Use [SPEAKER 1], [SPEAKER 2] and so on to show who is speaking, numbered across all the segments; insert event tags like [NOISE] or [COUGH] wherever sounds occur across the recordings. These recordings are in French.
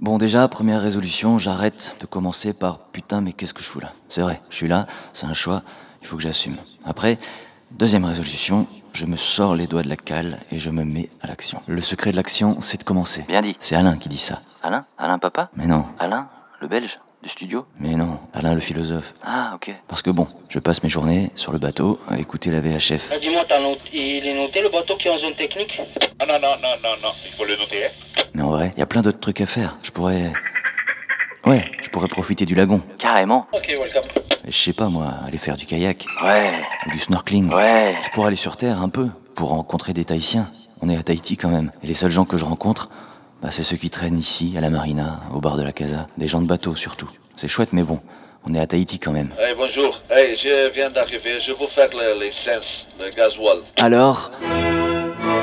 [SPEAKER 1] Bon, déjà, première résolution, j'arrête de commencer par putain, mais qu'est-ce que je fous là C'est vrai, je suis là, c'est un choix, il faut que j'assume. Après, deuxième résolution, je me sors les doigts de la cale et je me mets à l'action. Le secret de l'action, c'est de commencer. Bien dit. C'est Alain qui dit ça. Alain Alain Papa Mais non. Alain, le belge du studio Mais non, Alain le philosophe. Ah, ok. Parce que bon, je passe mes journées sur le bateau à écouter la VHF.
[SPEAKER 2] Eh, Dis-moi, t'as not- il est noté le bateau qui est en zone technique
[SPEAKER 3] Ah non, non, non, non, non, il faut le noter, hein.
[SPEAKER 1] Mais en vrai, il y a plein d'autres trucs à faire. Je pourrais. Ouais, je pourrais profiter du lagon. Carrément.
[SPEAKER 2] Ok, welcome.
[SPEAKER 1] Je sais pas moi, aller faire du kayak. Ouais. Ou du snorkeling. Ouais. Je pourrais aller sur Terre un peu pour rencontrer des Tahitiens. On est à Tahiti quand même. Et les seuls gens que je rencontre, bah, c'est ceux qui traînent ici, à la marina, au bar de la casa. Des gens de bateau surtout. C'est chouette mais bon, on est à Tahiti quand même.
[SPEAKER 3] Hey, bonjour. Hey, je viens d'arriver. Je vous faire le- l'essence, le gasoil.
[SPEAKER 1] Alors,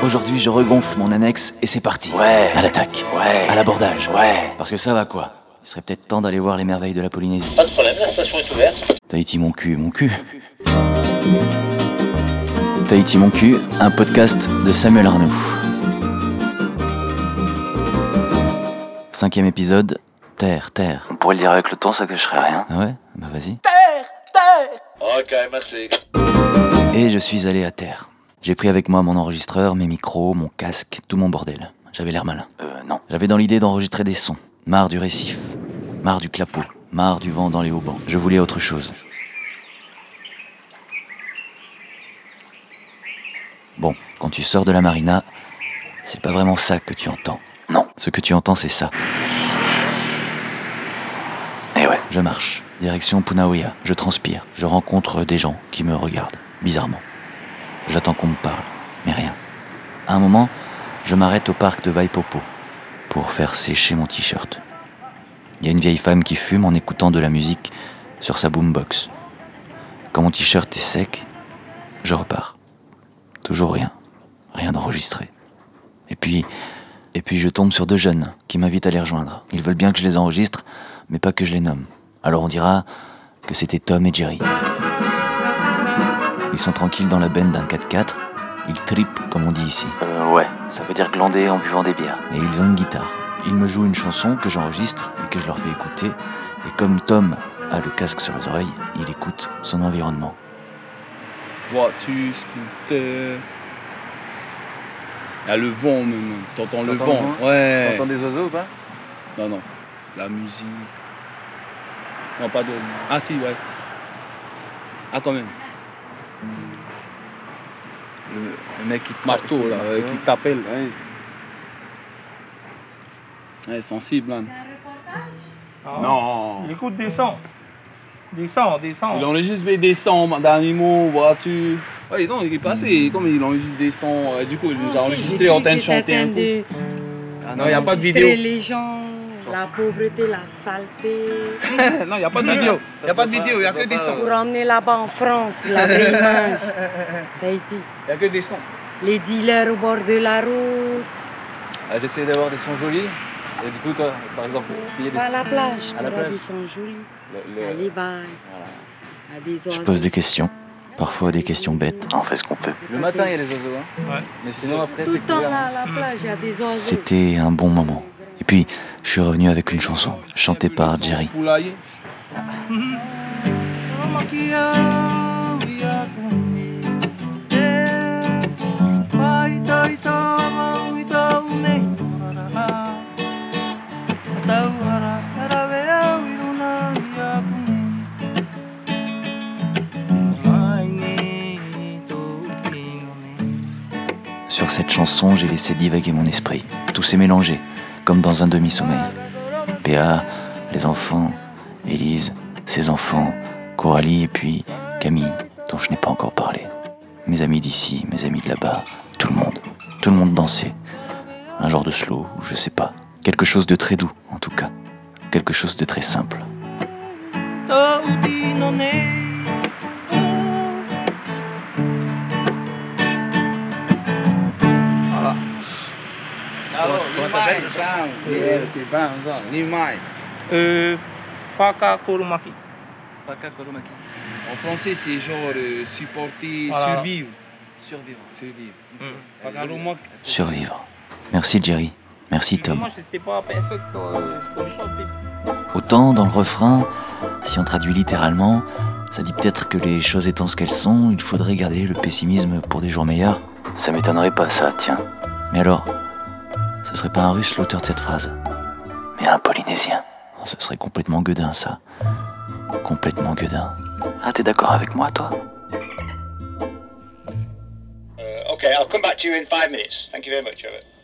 [SPEAKER 1] aujourd'hui je regonfle mon annexe et c'est parti. Ouais. À l'attaque. Ouais. À l'abordage. Ouais. Parce que ça va quoi. Il serait peut-être temps d'aller voir les merveilles de la Polynésie.
[SPEAKER 2] Pas de problème, la station est ouverte.
[SPEAKER 1] Tahiti mon cul, mon cul. Tahiti mon cul, un podcast de Samuel Arnoux. Cinquième épisode, Terre, Terre. On pourrait le dire avec le temps, ça cacherait rien. Ah ouais Bah vas-y.
[SPEAKER 3] Ok, merci.
[SPEAKER 1] Et je suis allé à terre. J'ai pris avec moi mon enregistreur, mes micros, mon casque, tout mon bordel. J'avais l'air malin. Euh, non. J'avais dans l'idée d'enregistrer des sons. Marre du récif, marre du clapot, marre du vent dans les haubans. Je voulais autre chose. Bon, quand tu sors de la marina, c'est pas vraiment ça que tu entends. Non. Ce que tu entends, c'est ça. Et Eh ouais. Je marche, direction Punaoya. Je transpire. Je rencontre des gens qui me regardent, bizarrement. J'attends qu'on me parle, mais rien. À un moment, je m'arrête au parc de Vaipopo pour faire sécher mon t-shirt. Il y a une vieille femme qui fume en écoutant de la musique sur sa boombox. Quand mon t-shirt est sec, je repars. Toujours rien. Rien d'enregistré. Et puis, et puis je tombe sur deux jeunes qui m'invitent à les rejoindre. Ils veulent bien que je les enregistre, mais pas que je les nomme. Alors on dira que c'était Tom et Jerry. Ils sont tranquilles dans la benne d'un 4x4. Ils tripent, comme on dit ici. Euh, ouais, ça veut dire glander en buvant des bières. Et ils ont une guitare. Ils me jouent une chanson que j'enregistre et que je leur fais écouter. Et comme Tom a le casque sur les oreilles, il écoute son environnement.
[SPEAKER 4] Vois-tu scooter Il y a Ah, le vent même. T'entends le
[SPEAKER 5] T'entends le
[SPEAKER 4] vent Ouais.
[SPEAKER 5] T'entends des oiseaux ou pas
[SPEAKER 4] Non, non. La musique. Non, pas de. Ah, si, ouais. Ah, quand même.
[SPEAKER 5] le, le mec qui te
[SPEAKER 4] Marteau, là, euh, qui t'appelle.
[SPEAKER 5] Ouais, c'est-
[SPEAKER 4] Ouais, sensible, hein.
[SPEAKER 6] Il
[SPEAKER 4] Non.
[SPEAKER 6] écoute, descend. Descend,
[SPEAKER 4] Il
[SPEAKER 6] descend.
[SPEAKER 4] enregistre des- des sons d'animaux, vois-tu. Ouais, non, il est passé. Comme il enregistre des sons, euh, du coup, il nous a enregistré en train de chanter un coup.
[SPEAKER 5] Ah
[SPEAKER 4] Non, il n'y a pas de
[SPEAKER 7] Enregistrer
[SPEAKER 4] vidéo.
[SPEAKER 7] les gens, la pauvreté, la saleté,
[SPEAKER 4] Non, il n'y a pas de vidéo. Il n'y a pas de vidéo, il n'y a que des sons.
[SPEAKER 7] pour emmener là-bas en France,
[SPEAKER 5] [LAUGHS]
[SPEAKER 7] la vraie image. Tahiti.
[SPEAKER 4] Il n'y a que des sons.
[SPEAKER 7] Les dealers au bord de la route,
[SPEAKER 5] Ah, J'essayais d'avoir des sons jolis. Et du coup, toi, par exemple, est-ce qu'il y a des
[SPEAKER 7] pas à la plage,
[SPEAKER 5] À la
[SPEAKER 7] tous
[SPEAKER 5] plage.
[SPEAKER 7] ils sont jolis,
[SPEAKER 5] le- le-
[SPEAKER 7] à l'Ébaye, à des
[SPEAKER 1] Je
[SPEAKER 7] oiseaux.
[SPEAKER 1] pose des questions, parfois des questions bêtes. On fait ce qu'on peut.
[SPEAKER 5] Le matin, il y a les oiseaux. Hein.
[SPEAKER 6] Ouais.
[SPEAKER 5] Mais sinon, après,
[SPEAKER 7] Tout
[SPEAKER 5] c'est
[SPEAKER 7] le temps
[SPEAKER 5] couvert.
[SPEAKER 7] là, à la plage, il y a des oiseaux.
[SPEAKER 1] C'était un bon moment. Et puis, je suis revenu avec une chanson, chantée par Jerry.
[SPEAKER 4] Poulailler.
[SPEAKER 1] Sur cette chanson, j'ai laissé divaguer mon esprit. Tout s'est mélangé, comme dans un demi-sommeil. Péa, les enfants, Élise, ses enfants, Coralie et puis Camille, dont je n'ai pas encore parlé. Mes amis d'ici, mes amis de là-bas, tout le monde. Tout le monde dansait. Un genre de slow, ou je sais pas. Quelque chose de très doux, en tout cas. Quelque chose de très simple.
[SPEAKER 4] Comment ça s'appelle Yeah, C'est pas un ça. Nimai.
[SPEAKER 6] Euh, Faka Koromaki.
[SPEAKER 4] En français, c'est genre euh, supporter,
[SPEAKER 6] Voilà.
[SPEAKER 4] survivre. Survivre. Survivre. Pas grave, au moins.
[SPEAKER 1] Survivre. Merci Jerry. Merci Tom.
[SPEAKER 6] Moi, c'était pas perfect. euh, Je connais pas. mais-
[SPEAKER 1] Autant dans le refrain, si on traduit littéralement, ça dit peut-être que les choses étant ce qu'elles sont, il faudrait garder le pessimisme pour des jours meilleurs. Ça m'étonnerait pas ça, tiens. Mais alors, ce serait pas un russe l'auteur de cette phrase, mais un polynésien. Oh, ce serait complètement gueudin ça. Complètement gueudin. Ah, t'es d'accord avec moi, toi
[SPEAKER 3] Euh,
[SPEAKER 2] Uh, okay, I'll come back to you in five minutes. Thank you very much, Robert.